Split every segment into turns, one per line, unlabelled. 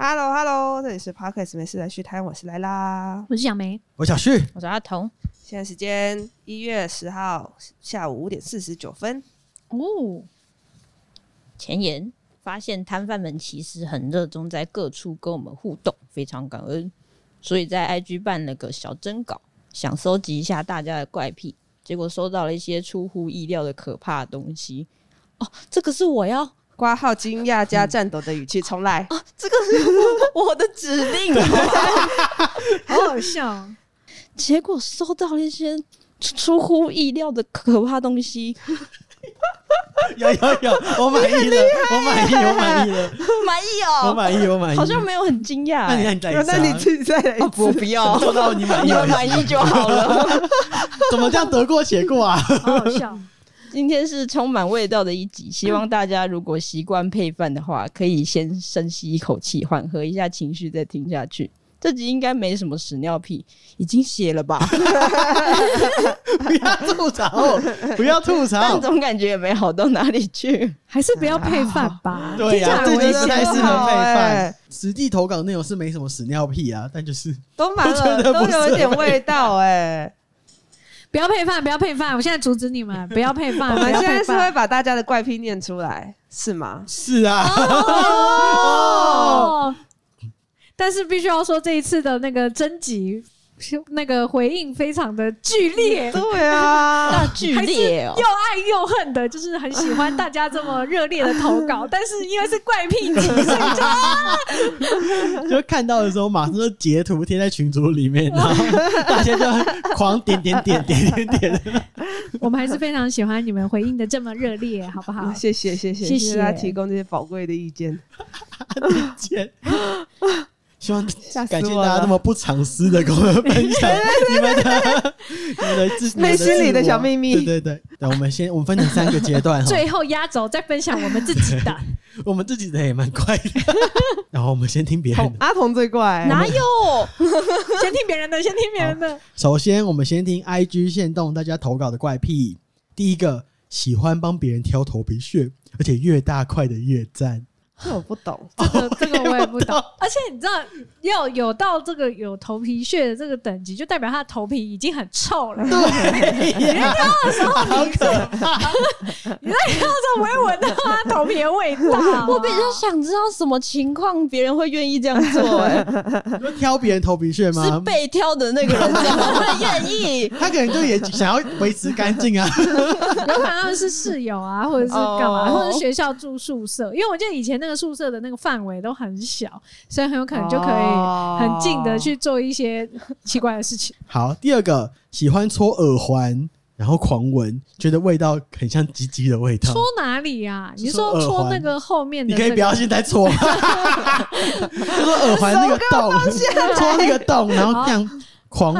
Hello Hello，这里是 Podcast 没事来续摊，我是来啦。
我是小梅，
我小旭，
我找阿童
现在时间一月十号下午五点四十九分。
哦，
前言，发现摊贩们其实很热衷在各处跟我们互动，非常感恩，所以在 IG 办了个小征稿，想收集一下大家的怪癖，结果收到了一些出乎意料的可怕的东西。哦，这个是我要，
挂号惊讶加颤抖的语气，重来。
哦
这个是我的指令、啊，
好好笑哦，
结果收到了一些出出乎意料的可怕东西，
有有有，我满意了，我满意，我满意了，
满意
我
哦，
满意，我满意。
好像没有很惊讶、
那你
欸，
那你再一次啊，
己再来一次。
我不要，
做到你满意
你
为
们
止，
满意就好了。
怎么这样得过且过啊？
好好笑，
今天是充满味道的一集，希望大家如果习惯配饭的话，可以先深吸一口气，缓和一下情绪，再听下去。这集应该没什么屎尿屁，已经写了吧？
不要吐槽，不要吐槽
但，总感觉也没好到哪里去。
还是不要配饭吧，
对哎呀、
听起
这
来很危险
就是泰式的配
好
饭
哎。
实地投稿内容是没什么屎尿屁啊，但就是
都满
我觉
了，
得
都
不是
有一点味 道哎、
不要配饭，不要配饭，我现在阻止你们，不要配饭，
我
不
们
要
现
配
在是会
饭。
把大家的怪癖念出来，是吗？
是啊，
哦，但是必须要说，这一次的那个征集，是那个回应非常的剧烈。
对啊，
那剧烈哦
又，爱又恨的，就是很喜欢大家这么热烈的投稿，但是因为是怪癖集，所以就
就看到的时候马上就截图贴在群组里面，然后大家就狂点点点点点点。
我们还是非常喜欢你们回应的这么热烈，好不好？
嗯谢谢谢谢
谢谢
谢大家提供这些宝贵的意见。
见。希望
吓死
感谢
我
大家
了
那么不藏私的跟我们 分享你们的、你们的自
内心里的
你们自我
小秘密
对对对，对，我们先我们分成三个阶段哈，
最后压轴再分享我们自己的，
我们自己的也蛮 快的。然后我们先听别人的，
阿童最怪、
哪有？
先听别人的，先听别人的。
首先我们先听 IG 线动大家投稿的怪癖。第一个，喜欢帮别人挑头皮屑，而且越大块的越赞。
这我不懂。
哦这个这个我也不懂
懂，
而且你知道，要有到这个有头皮屑的这个等级，就代表他的头皮已经很臭了。
对呀，好可怕！
你在看到这，我也闻到他头皮的味 道。啊
我比较想知道什么情况别人会愿意这样做、哎，
你说挑别人头皮屑
是
吗？
被挑的那个人怎么会愿意？
他可能就也想要维持干净啊。
有可能他们是室友啊，或者是干嘛，
哦
或者是学校住宿舍，因为我记得以前那个宿舍的那个范围都很小，所以很有可能就可以很近的去做一些奇怪的事情。
好，第二个喜欢搓耳环，然后狂闻，觉得味道很像鸡鸡的味道
戳。哪里呀、啊？你
是
是
说
哦说
耳
戳那
环
个后面的、
你
那个？
可以不要现在搓，就说耳环那个洞，搓那个洞，然后这样狂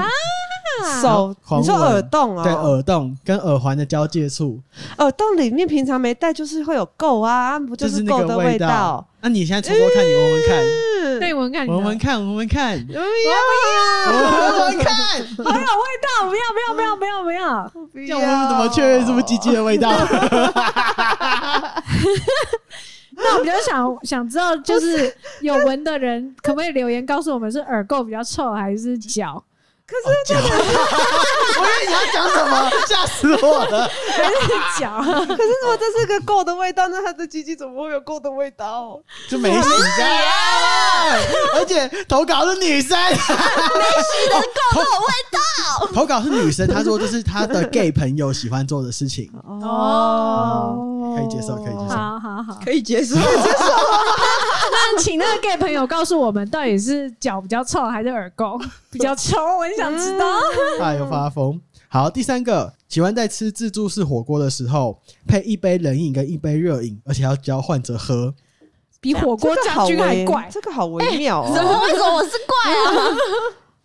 手，
狂
你说
闻
耳洞啊、
哦对耳洞跟耳环的交界处，
耳洞哦里面平常没戴，就是会有垢啊，不
就是是那
垢的
个味
道？。嗯
那你现在搓搓看，你闻闻看，
是，
对，闻看你的，
闻闻看，闻闻看，
不
哎
要
闻闻看，
好有味道，不要不要不要不要不要！
不
这样我们怎么确认是不是鸡鸡的 味道？
那我比较想想知道，就是有闻的人可不可以留言告诉我们是耳垢比较臭还是脚？
哦脚 我以为你要讲什么，吓死我了！
脚，
可是如果这是个垢的味道，那它的鸡鸡怎么会有垢的味道？
就没洗啊，而且投稿是女生，没洗的够有味道。投稿是女生，她说这是她的 gay 朋友喜欢做的事情，
哦
可以接受可以接受
好好好，
可以 接受。
那请那个 gay 朋友告诉我们，到底是脚比较臭还是耳垢比较臭？我很想知道。
哎呦发疯。好，第三个，喜欢在吃自助式火锅的时候配一杯冷饮跟一杯热饮，而且要教患者喝。
比火锅
这个
将
好
军还
微
怪，
这个好微妙
怎
哦。
么？哎为什么我是怪啊？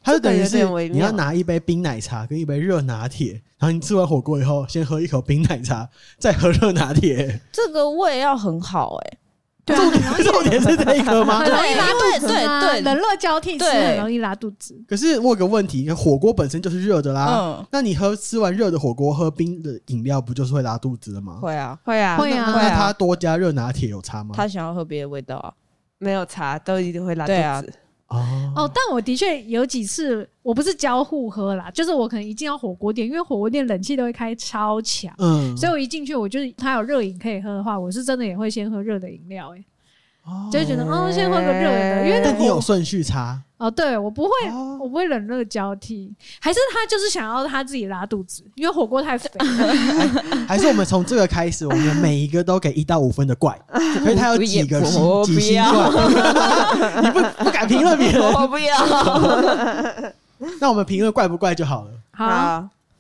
它就等于
这个
是
有点微妙
你要拿一杯冰奶茶跟一杯热拿铁，然后你吃完火锅以后，先喝一口冰奶茶，再喝热拿铁。
这个胃要很好哎、
对啊，很容易
重点是这一颗吗
很？容易拉肚子啊，
对对对
冷热交替吃
对
很容易拉肚子。
可是我有个问题，火锅本身就是热的啦，
嗯，
那你喝吃完热的火锅，喝冰的饮料，不就是会拉肚子了吗？
会啊，
会啊，
会
那
啊
那它多加热拿铁有差吗？
他想要喝别的味道啊。
没有茶都一定会拉肚
对啊
子。
哦
哦，但我的确有几次，我不是交互喝啦，就是我可能一进到火锅店，因为火锅店冷气都会开超强，
嗯
所以我一进去，我就是它有热饮可以喝的话，我是真的也会先喝热的饮料、欸，
哦
就会觉得哦，先喝个热的，因为那
但你有
火
顺序差
哦，对我不会，
哦
我不会冷热交替，还是他就是想要他自己拉肚子，因为火锅太肥了，
还是我们从这个开始，我们每一个都给一到五分的怪，所以它有几个星
我
几星
我
怪， 你不不敢评论别人，
我不要，
那我们评论怪不怪就好了。
好，，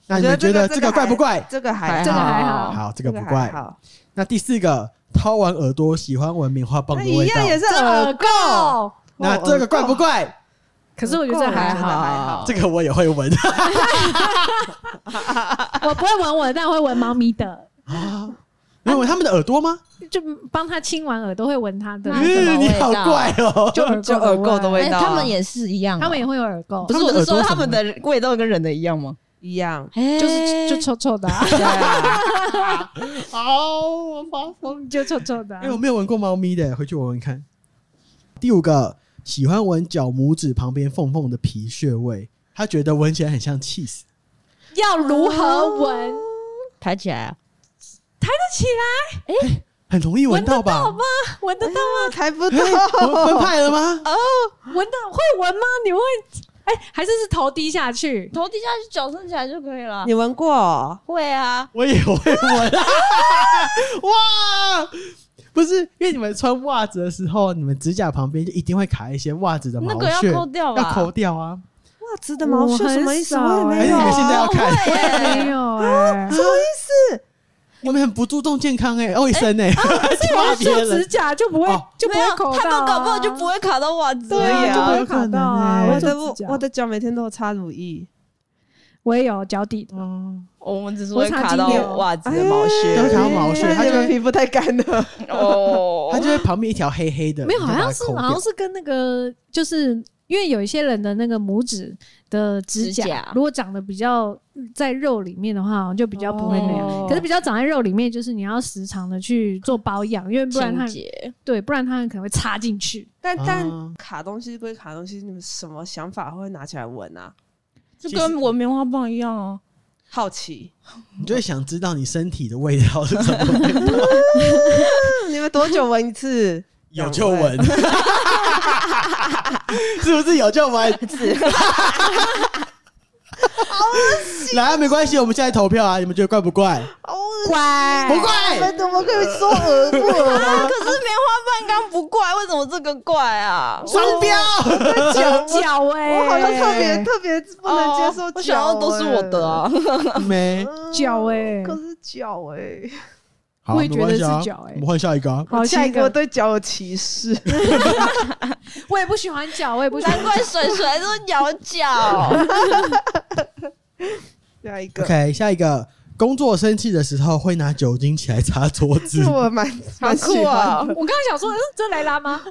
那你们觉得这个怪不怪？
这个还
这个还好
好，这
这
个不怪
还。好。
那第四个，掏完耳朵喜欢闻棉花棒
那
的味
哎一
道
样，也是
耳
耳垢，
垢，
那这个怪不怪？
可是我觉得这还
真的
好，
还好。
这个我也会闻
我不会闻我的，但我会闻猫咪的，
啊。 你有闻他们的耳朵吗？
就帮他清完耳朵会闻他的
那是什么
嗯，你好
味道
怪哦。
就耳
就耳垢的味
哎
道啊
他们也是一样啊，
他们也会有耳垢
不，是
他
我
们的
是说
耳朵
他们的味道跟人的一样吗？
一样，
哎就是就臭臭的、 啊，
对啊
哦，我发疯。
就臭臭的、啊
哎，我没有闻过猫咪的，回去闻闻看。第五个，喜欢闻脚拇指旁边缝缝的皮屑味，他觉得闻起来很像 cheese。
要如何闻？
抬起来啊，
抬得起来，
很容易闻到吧？
闻得到吗？
才不对，
哎我们分派了吗？
闻得会闻吗？你会？哎、还是是头低下去？
头低下去，脚伸起来就可以了
你。闻过哦？
会啊，
我也会闻、啊， 哇！不是，因为你们穿袜子的时候，你们指甲旁边就一定会卡一些袜子的毛
那个要
屑，
抠掉吧？
要抠掉啊！
袜子的毛
我
屑
很
什么意思？
少哎
我也没有
还是你们
啊。
现在要看？
会
没
欸。
有哎、
什么意思？你们很不注重健康哎、卫生哎、
这
骂
我
别
做指
人。
甲就不会
哦
就不
没
会
有，
口到、啊，
他们搞不好就不会卡到袜子
对
而
啊
已
就不
啊。
会卡到啊。
有
我
可
的
做指甲
我的脚每天都有擦乳液，
我也有脚底的，
嗯，
我们只是
我
会
擦
卡到
精油
袜子的毛
都会
屑
卡到毛屑
哎
它就会
你们皮肤太干了。
哦
它。就会旁边一条黑黑的，
没有，
你
好
就把它
像是
抠掉
好像是跟那个就是。因为有一些人的那个拇指的指甲，
指甲
如果长得比较在肉里面的话，好像就比较不会那样。
哦
可是比较长在肉里面，就是你要时常的去做保养，因为不然它
清洁
对，不然它很可能会插进去。
但
啊
但卡东西归卡东西，你们什么想法会拿起来闻啊？
就跟我棉花棒一样哦。
好奇，
你就会想知道你身体的味道是什么味道，嗯
你们多久闻一次？
有就闻，是不是有就闻？
是
来，没关系，我们现在投票啊，你们觉得怪不怪？
乖，
不怪
哎你们怎么可以说恶不恶
啊，可是棉花棒刚不怪，为什么这个怪啊？
双标，
脚脚哎，
我好像特别特别不能接受、
哦我想要都是我的啊。
没，
嗯，
脚欸
可是脚哎、
好
我也觉得
没关系啊
是脚欸
我们换下一个啊。
好，
下
下
一
一
个我
个，
对脚有歧视，
我也不喜欢脚，我也不喜欢
难。怪水水都咬脚，
下一个
OK，下一个，工作生气的时候会拿酒精起来擦桌子
是，我蛮
好
蛮
酷
喜
啊
欢！
我刚刚想说，嗯，这来拉吗？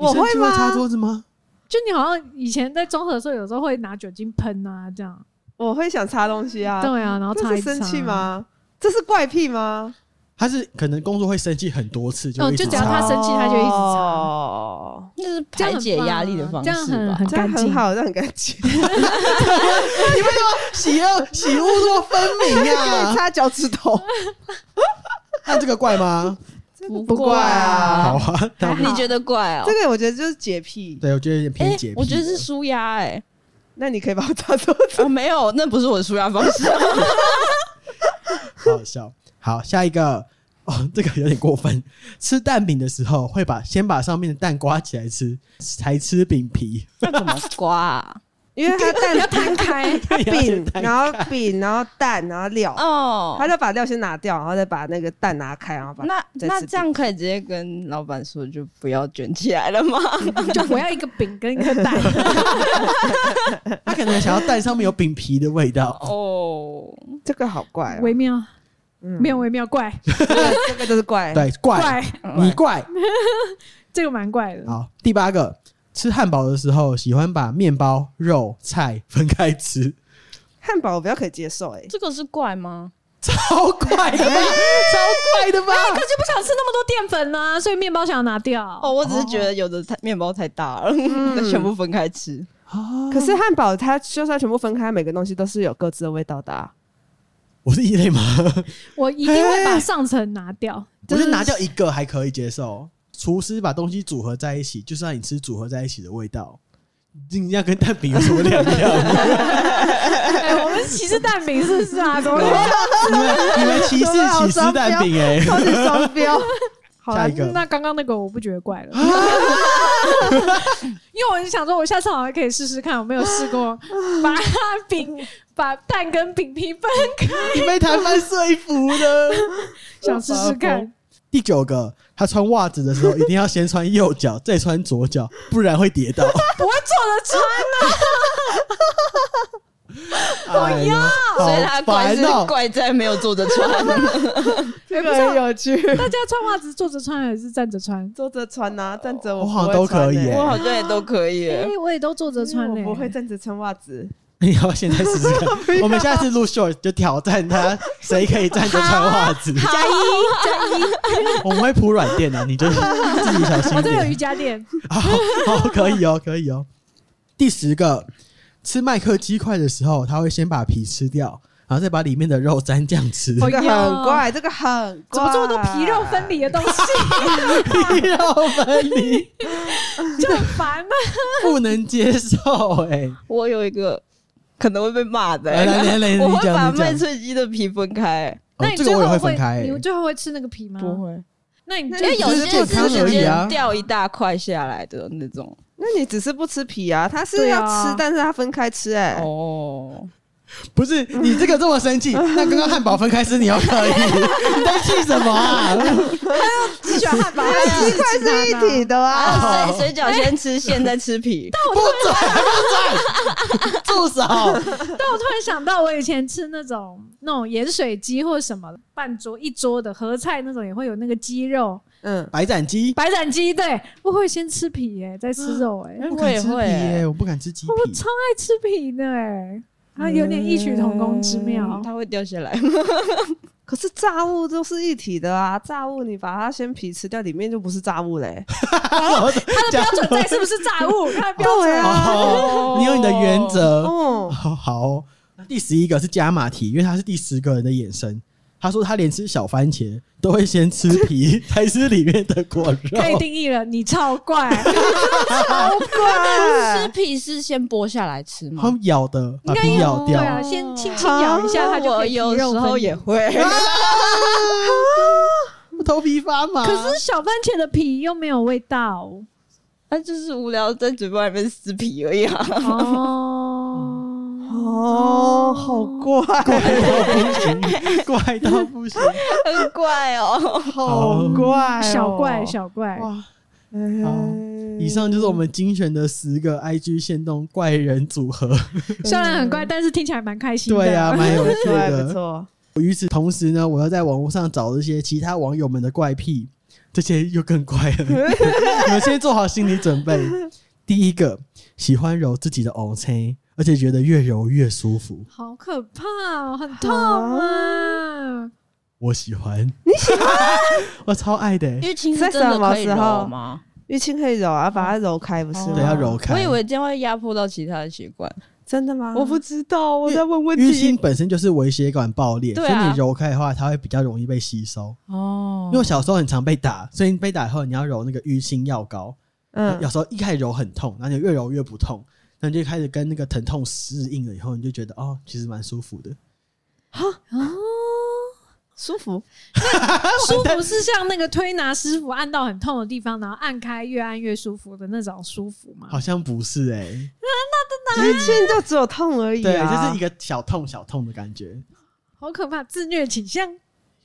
我
你生气
吗？
擦桌子吗？
就你好像以前在综合的时候，有时候会拿酒精喷啊，这样。
我会想擦东西啊，
对啊，然后擦
这
一
是
擦。
生气？吗？这是怪癖吗？
他是可能工作会生气很多次，就
嗯
一直
就只要他
擦
生气他就一直擦
哦
那是
这样
排
很
解
棒啊
压力的方
这样
式
很
吧
很？
这样
干净
很。好，这样很干净，
你们要喜恶喜恶多分明
可以
啊！
擦脚趾头，
那这个怪吗？
不怪啊
好啊，
还好
你觉得怪啊？
这个我觉得就是洁癖。
对我觉得有点
哎
偏洁癖，
我觉得是舒压 哎，
那你可以帮我擦桌子，
我哦没有，那不是我的舒压方 式。
好好笑。好，下一个哦，这个有点过分。吃蛋饼的时候会把先把上面的蛋刮起来吃，才吃饼皮。
那怎么刮啊？
因为它蛋
要摊开，
它饼
要摊，开
然后饼，然后蛋，然后料，
哦
他，就把料先拿掉，然后再把那个蛋拿开，然后把
那
再
那
吃
这样可以直接跟老板说，就不要卷起来了吗？
就我要一个饼跟一个 蛋，
他可能想要蛋上面有饼皮的味道。
哦，
这个好怪哦，
微妙，
嗯
没有微妙怪
这个 这个就是怪，
对，哎怪
怪，
你怪。
这个蛮怪的。
啊
好，第八个，吃汉堡的时候喜欢把面包、肉、菜分开吃，
汉堡我比较可以接受，哎，
这个是怪吗？
超怪的吧，超怪的吧？
哎可是不想吃那么多淀粉呢、所以面包想要拿掉。
哦，嗯我只是觉得有的太面包太大了， 全部分开 吃。
啊
可是汉堡它就算全部分开，每个东西都是有各自的味道的 啊。
我是异类吗？
我一定会把上层拿掉，
我
就是
就拿掉一个还可以接受。厨师把东西组合在一起，就是让你吃组合在一起的味道。你要跟蛋饼有什么两样？
哎、我们歧视蛋饼是不是啊？怎么
对啊
你们你们歧视起司蛋饼哎、
超级双标。好
下
啦
一，个
啊
啊
那刚刚那个我不觉得怪了，因为我就想说，我下次好像可以试试看，我没有试过把饼、把蛋跟饼皮分，
你被摊贩说服了。
想试试 看。
第九个，他穿袜子的时候一定要先穿右脚，再穿左脚，不然会跌倒。
我会坐啊
哎呦，
所以他
好
怪
烦
是
哦、
怪在没有坐着穿，
这个很有趣
着穿，，大家穿袜子坐着穿还是站着穿？
坐着穿啊，站着
我
不
好像
会
都
穿
可以
欸
耶
我好像也都可以
哎、
耶。
我也都坐着穿欸
因
嘞、
为我不会站着穿袜子，
你要现在试试 看。我们下次录 short 就挑战他，谁可以站着穿袜子？
加一加一，
我们会铺软垫的，你就自己小心
我
一
这有
点
瑜。伽 垫，
好，好，可以哦，可以哦。第十个，吃麦克鸡块的时候，他会先把皮吃掉，然后再把里面的肉沾酱吃。
哎
这
呦
个很怪，这个很怪，
怎么这么多皮肉分离？的东西，
皮肉分离，
就很烦
哦
啊！
不能接受哎、
我有一个可能会被骂的
来来
欸，
来来，
我
你
会把
讲你
麦
讲。
脆鸡的皮分开欸，
那
哦
你
这
最后
个我也会分开、哎
你最后会吃那个皮吗？
不。会。
那你哎
那
就
因为有
就是
些
做汤
是直
而已
接
啊
掉一大块下来的那种。
那你只是不吃皮啊？它是
对
要
啊
吃，但是它分开吃，哎，
哦，
不是你这个这么生气，那刚刚汉堡分开吃你又 可以，你在气什么啊？
只喜
啊
欢汉堡，
它鸡块是一体的啊。
啊，水水饺先
哎
吃馅再吃皮，
不准不准，住手！
但我突然想到，我以前吃那种那种盐水鸡或什么半桌一桌的合菜那种，也会有那个鸡肉
嗯，
白斩鸡，
白斩鸡，对，我会先吃皮耶、再吃肉哎、
我不敢吃皮
我也会
耶，我不敢吃鸡
我
皮
超。爱吃皮的哎、它有点异曲同工之妙
嗯。它会掉下来。
可是炸物都是一体的啊，炸物你把它先皮吃掉，里面就不是炸物 嘞。
它的标准在是不是炸物？它的标
对
准
啊，
哦，你有你的原则。
哦，
好好哦、那第十一个是加码题，因为他是第十个人的眼神。他说他连吃小番茄都会先吃皮，才吃里面的果肉。
可以定义了，你超怪，
好
啊
吃
怪，
皮是先剥下来吃吗
他？们咬的，把皮咬
对
掉。
啊，先轻轻咬一下，它就
嗯啊我
可以
哦
有
皮肉
时候
分离
也会，
我头皮发麻。
可是小番茄的皮又没有味 道
它就是无聊在嘴巴里面撕皮而已啊。
哦。
哦，好怪，
怪到不行，怪到不行。
很怪哦。
好怪哦，
小怪小怪，
哇！
嗯
好以上就是我们精选的十个 IG 限动怪人组合。
虽然很怪，但是听起来蛮开心的。
嗯对啊，蛮有趣
对，不
的。
错。
与此同时呢，我要在网络上找一些其他网友们的怪癖，这些又更怪了。 你们先做好心理准备。第一个，喜欢揉自己的 O C，而且觉得越揉越舒服。
好可怕哦，很痛啊！
我喜欢，你喜欢？我超爱的欸、
因为其
实真的可以揉
吗？
淤青可以揉啊，把它揉开不是吗？
对，要揉开。
我以为这样会压迫到其他的血管，
真的吗？
我不知道，我在问问
淤青
题。
本身就是微血管爆裂，
对
所
啊
以你揉开的话，它会比较容易被吸收。
哦
因为我小时候很常被打，所以被打以后你要揉那个淤青药膏，
嗯
有，时候一开始揉很痛，然后你越揉越不痛，那你就开始跟那个疼痛适应了以后，你就觉得哦，其实蛮舒服
嗯
的。啊
舒服。
舒服是像那个推拿师傅按到很痛的地方，然后按开越按越舒服的那种舒服吗？
好像不是哎、
淤青就只有痛而已
哎
对，
啊，
就是一个小痛小痛的感觉，
好可怕，自虐倾向。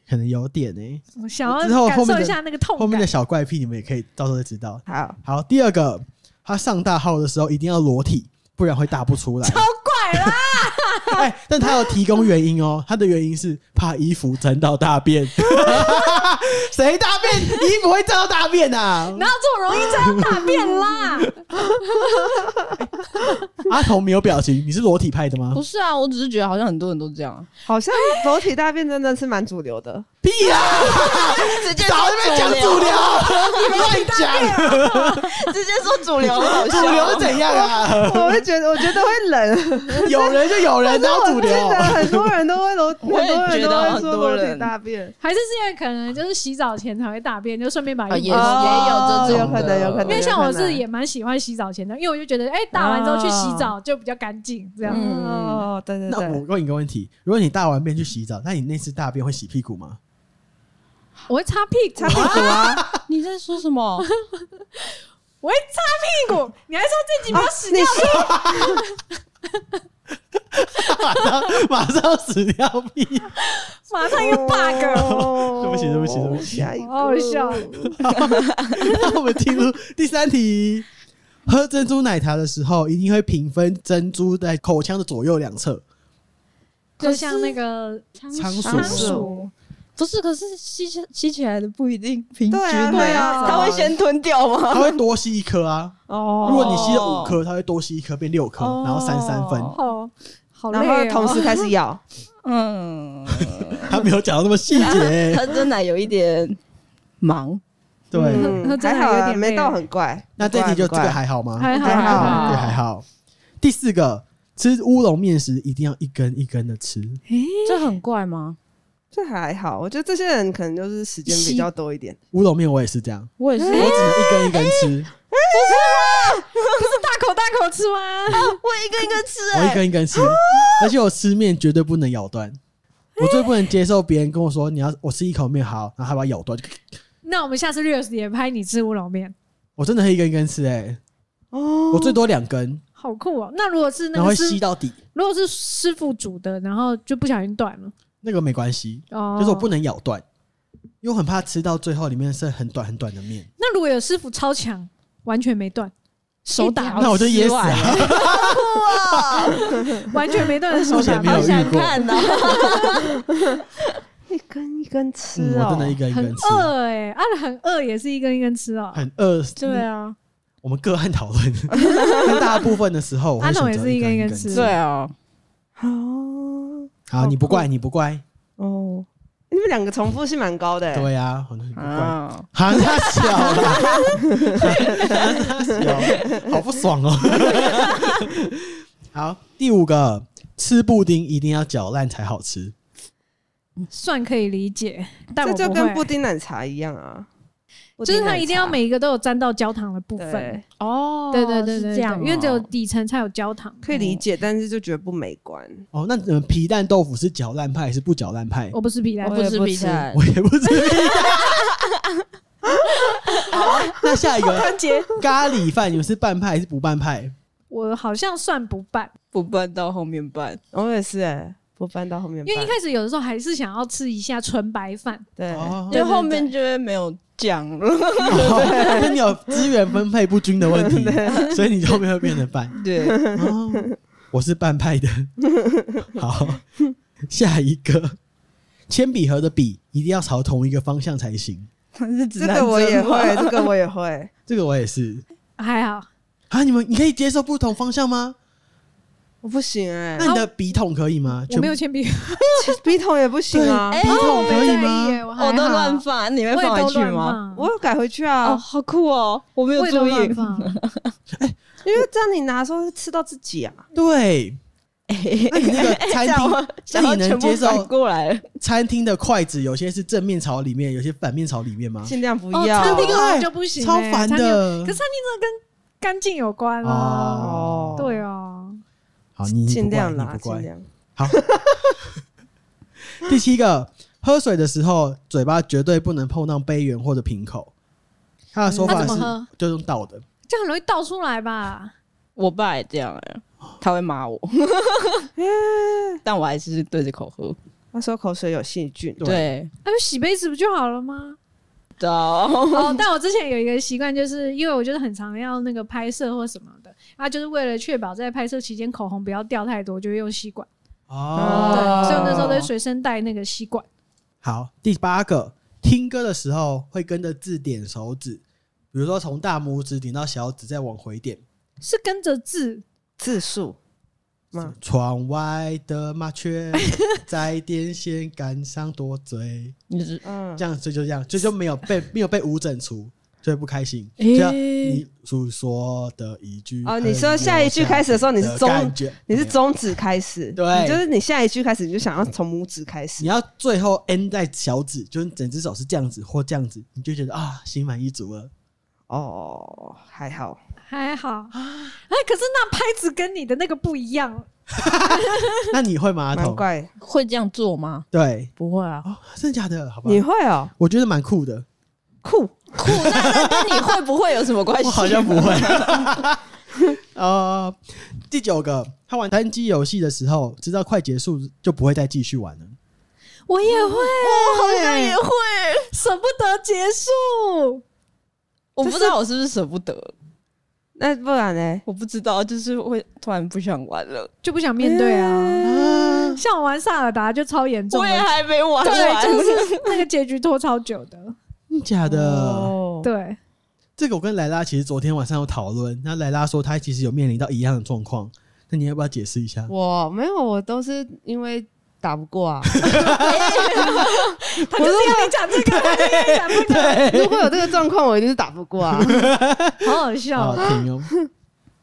可能有点哎、
我想要
之后
感
后
受
面的
一下那个痛
后面
感
的。小怪癖你们也可以到时候再知道。
好
好，第二个，他上大号的时候一定要裸体，不然会大不出来。超
怪
啦！ 哎、但他有提供原因哦，他的原因是怕衣服沾到大便。 谁大便？衣服会沾到大便啊？
哪有这么容易这样大便 啦？
阿童没有表情，你是裸体派的吗
不？是啊，我只是觉得好像很多人都这样啊，
好像裸体大便真的是蛮主流的，
屁啦！
直接
啊早就被讲主流，乱讲，
直接说主流，好
主流是怎样 啊？
我会觉得我觉得会冷，
有人就有人，然后主
我记
流。
得很多人都 会裸，很
我
多
也
人
觉
都
得
会
很
说
多
裸体
人
大便。
还是是因为可能就是洗澡前才会大便，就顺便把
啊
衣
也
服
是
洗。
哦
也有这种的
有可能，有可能。
因为像我
有可
是
能
也蛮喜欢洗澡前的，因为我就觉得，哎、打完之后去洗
哦
澡就比较干净，这样。
嗯
哦，对对
那我
对，
问你一个问题：如果你大完便去洗澡，那你那次大便会洗屁股吗？
我会擦屁股，
擦屁股啊，
你在说什么？
我会擦屁股。你还说自己没有洗
你
掉，
说
马上马上死掉 屁！
马上一个 bug，
对
不起对不起对不起
下一个
好好笑。
那我们进入第三题：喝珍珠奶茶的时候，一定会平分珍珠在口腔的左右两侧。
就像那个仓
仓鼠
仓
仓鼠
鼠，
不是，可是吸起吸起来的不一定平均
对啊
欸，
对啊
它会先吞掉吗？
它会多吸一颗啊！
哦
如果你吸了五颗，它会多吸一颗变六颗，
哦
然后三三分。
哦，好
然后
累、哦。
同时开始咬，
嗯，
它没有讲到那么细 节。
它真的有一点忙，
对，
嗯
那真的
还好
有
啊，
点累
没到很怪。
那这题就
很
这
怪
个还好吗？
还好
还好
这哎个还好。第四个，吃乌龙面时一定要一根一根的吃。
这很怪吗？
这还好，我觉得这些人可能就是时间比较多一点。
乌龙面我也是这样，
我也是，
哎
我只能一根一根吃，
大口大口吃吗？
一个一个吃
哎
我一根一根吃，而且我吃面绝对不能咬断。我最不能接受别人跟我说你要我吃一口面好，然后还把它咬断，
那我们下次 reels 也拍你吃乌龙面，
我真的会一根一根吃哎、
哦
我最多两根，
好酷哦。那如果是那
然后
个
会
师
吸，到底，
如果是师傅煮的，然后就不小心断了，
那个没关系，
哦，
就是我不。能咬断，因为我很怕吃到最后里面是很短很短的面，
那如果有师傅超强，完全没断，手打
好
那我就
哦
噎死
失
啊！
完全没断的手
目前
打
没有
好
吗，
想看呢。
一根一根
嗯
吃
我
哦，
真的一根一
很
根吃，
饿哎，啊很饿也是一根一根吃哦。
很饿。
对
嗯
啊，
我们个案讨 论，但大部分的时候我会
阿童
选
也
择
是一根
根
一根
根
吃
对啊，
哦
好，你不怪，你不怪，
哦，你们两个重复性蛮高的欸。
对呀，好像你不怪。
嗯
啊，
哈，那 小啦，那小，好不爽哦。 好，第五个，吃布丁一定要搅烂才好吃。
算可以理解，但
这
我
就跟布
会。
丁奶茶一样啊，
就是它一定要
布丁奶茶
每一个都有沾到焦糖的部分
对，
哦
对对对对，
是
对
这样哦，
因为只有底层才有焦糖。
可以理解，但是就觉得不美观。
哦，那你们皮蛋豆腐是搅烂派还是不搅烂派？
我不是皮蛋，
我不
是
吃比赛，
我也不 知道。好，那下一个
关节，
咖喱饭，你们是拌派还是不拌派？
我好像算不拌，
不拌到后面拌，
我也是哎，不搬到后面
因为一
搬，
开始有的时候还是想要吃一下纯白饭，
对，
哦，
因为后面就会没有酱了。
因为你有资源分配不均的问题，所以你后面会变成拌。
对，
哦，我是半派的。好，下一个，铅笔盒的笔一定要朝同一个方向才行。
是指
这
南针
个我也
吗
会，这个我也会。
这个我也是
还好。
啊，你们你可以接受不同方向吗？
我不行哎、
那你的笔筒可以
嗯
吗？
哦我没有
全
铅笔，
笔筒也不行啊
对，笔筒可以吗？
耶，我还
我都
好
乱，放，你会
我也
放
都
回去
乱
吗？
放，
我有改回去啊，
哦，好酷哦！我没有
我也都
注意，
乱 放，
因为这样你拿的时候会吃到自己啊。
对。
哎
那你那 个餐
这
啊
样
厅
我这样
那你能
全部
接受
反过来了，
餐厅的筷子有些是正面朝里面，有些反面朝里面吗？
尽量不
哦
要。
餐
对
厅
不对
好像就不行欸，
超烦
餐厅。
的
可是。餐厅真的跟干净有关啊，
哦，
对啊，
好，你
尽量
啦
啦，，
你不
尽
乖。
量。
好， 第七个，喝水的时候嘴巴绝对不能碰到杯缘或者瓶口。他的说
嗯那
法
怎么
是
喝？
就用倒的，
这样很容易倒出来吧？
我爸也这样哎、他会骂我， 但我还是对着口喝。
那时候口水有细菌，
对
对，
那就洗杯子不就好了吗？
到
哦，但我之前有一个习惯，就是因为我就是很常要那个拍摄或什么的，啊，就是为了确保在拍摄期间口红不要掉太多，就会用吸管。
哦，
对，
哦
所以我那时候都会随身带那个吸管。
好，第八个，听歌的时候会跟着字点手指，比如说从大拇指点到小指，再往回点。
是跟着字，
字数嘛，
窗外的麻雀 在电线杆上多嘴，
就是
嗯
这，样所以就这样，所以就没有被没有被五整除，就会不开心。就像你所说的一句
哦你说下一句开始的时候你是中
中，感觉
你是
没有
中指开始，
对
你就是你下一句开始，你就想要从拇指开始
你。要最后 end 在小指，就是整只手是这样子或这样子，你就觉得啊，心满意足了。
哦，还好，
还好。哎，可是那拍子跟你的那个不一样，
那你 会马
难
桶？
怪
会这样做吗？
对
不会啊，
哦，真的假的？好吧，
你会哦，
我觉得蛮酷的。
酷，
酷，那那跟你会不会有什么关系？
我好像 不会。呃，第九个，他玩单机游戏的时候，知道快结束就不会再继续玩了。
我也会，
我好像也会，
舍不得结束。
我不知道我是不是舍不得，
那不然呢？
我不知道，就是会突然不想玩了。
就不想面对啊。
啊，
像我玩塞尔达就超严重
我也
的，
还没玩
对，
完，
就是那个结局拖超久的。
真假的？
哦，
对，
这个我跟莱拉其实昨天晚上有讨论，那莱拉说她其实有面临到一样的状况，那你要不要解释一下？
我没有，我都是因为打不 过啊。
他就是要你讲这个，他就是要你讲这个，
如果有这个状况，我一定是打不过 啊。
好好
啊，
笑。
停哦！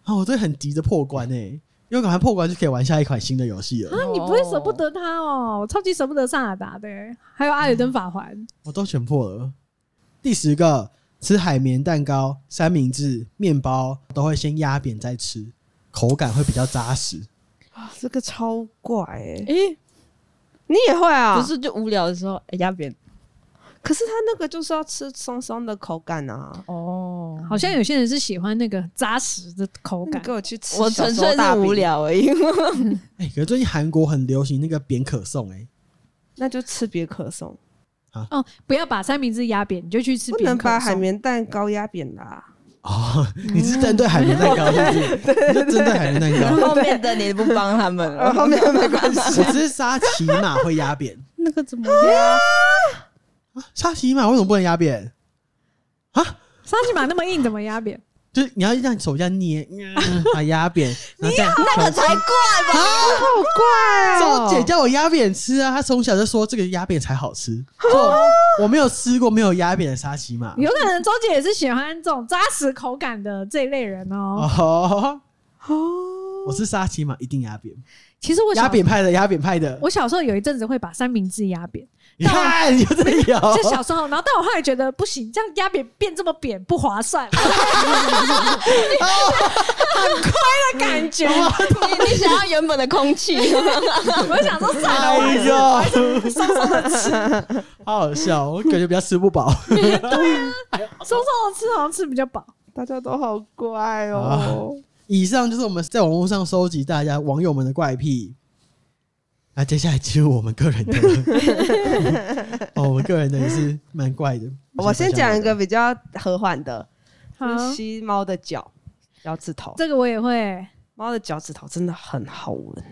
啊，我这很急着破关哎、因为赶快破关就可以玩下一款新的游戏了，
啊，你不会舍不得他哦，我超级舍不得塞尔达的，还有《阿尔登法环》。
我都全破了。第十个，吃海绵蛋糕、三明治、面包都会先压扁再吃，口感会比较扎实。
这个超怪哎，
诶，
你也会啊？
不，是就无聊的时候哎压扁
可是它那个就是要吃松松的口感啊。
哦
好像有些人是喜欢那个扎实的口
那
感
你给，我去吃，
我纯粹是无，聊而已。
哎、可是最近韩国很流行那个扁可颂哎、
那就吃别可颂，
哦，不要把三明治压扁，你就去吃
不
饼
能
可
把
颂
海绵蛋糕压扁啦。
哦，你是针对海绵蛋糕是不是？你是 针对海绵蛋 糕。
后面的你不帮他们
呃
了，
后面没关系，
我只是沙琪玛会压扁，
那个怎么样？
沙琪玛为什么不能压扁？
沙琪玛那么硬，怎么 压扁？
就是你要让手这样捏，嗯把它压扁，然后这样
那个才怪吧！
好怪
周
哦！
姐叫我压扁吃啊，她从小就说这个压扁才好吃。哦我我没有吃过没有压扁的沙琪
啊
玛。
有可能周姐也是喜欢这种扎实口感的这一类人哦。
哦，
哦，
我是沙琪玛一定压扁，
其实我小
压扁派的压扁派的。
我小时候有一阵子会把三明治压扁，
你看，你就是哦有。
就小时候，然后但我后来觉得不行，这样压扁变这么扁不划算， 很亏的感 觉。
哦
你你想要原本的空 气，
我就想说算了，我
哎
还是
呦，好好笑，我感觉比较吃不饱。哦
松松的吃好像吃比较饱。
大家都好怪哦。
以上就是我们在网络上收集大家网友们的怪癖。那接下来进入我们个人的 了，哦，我们个人的也是蛮怪的。
我先讲一
我
个比较和缓的，
好，
就是吸猫的脚脚趾头，
这个我也会。
猫的脚趾头真的很好闻，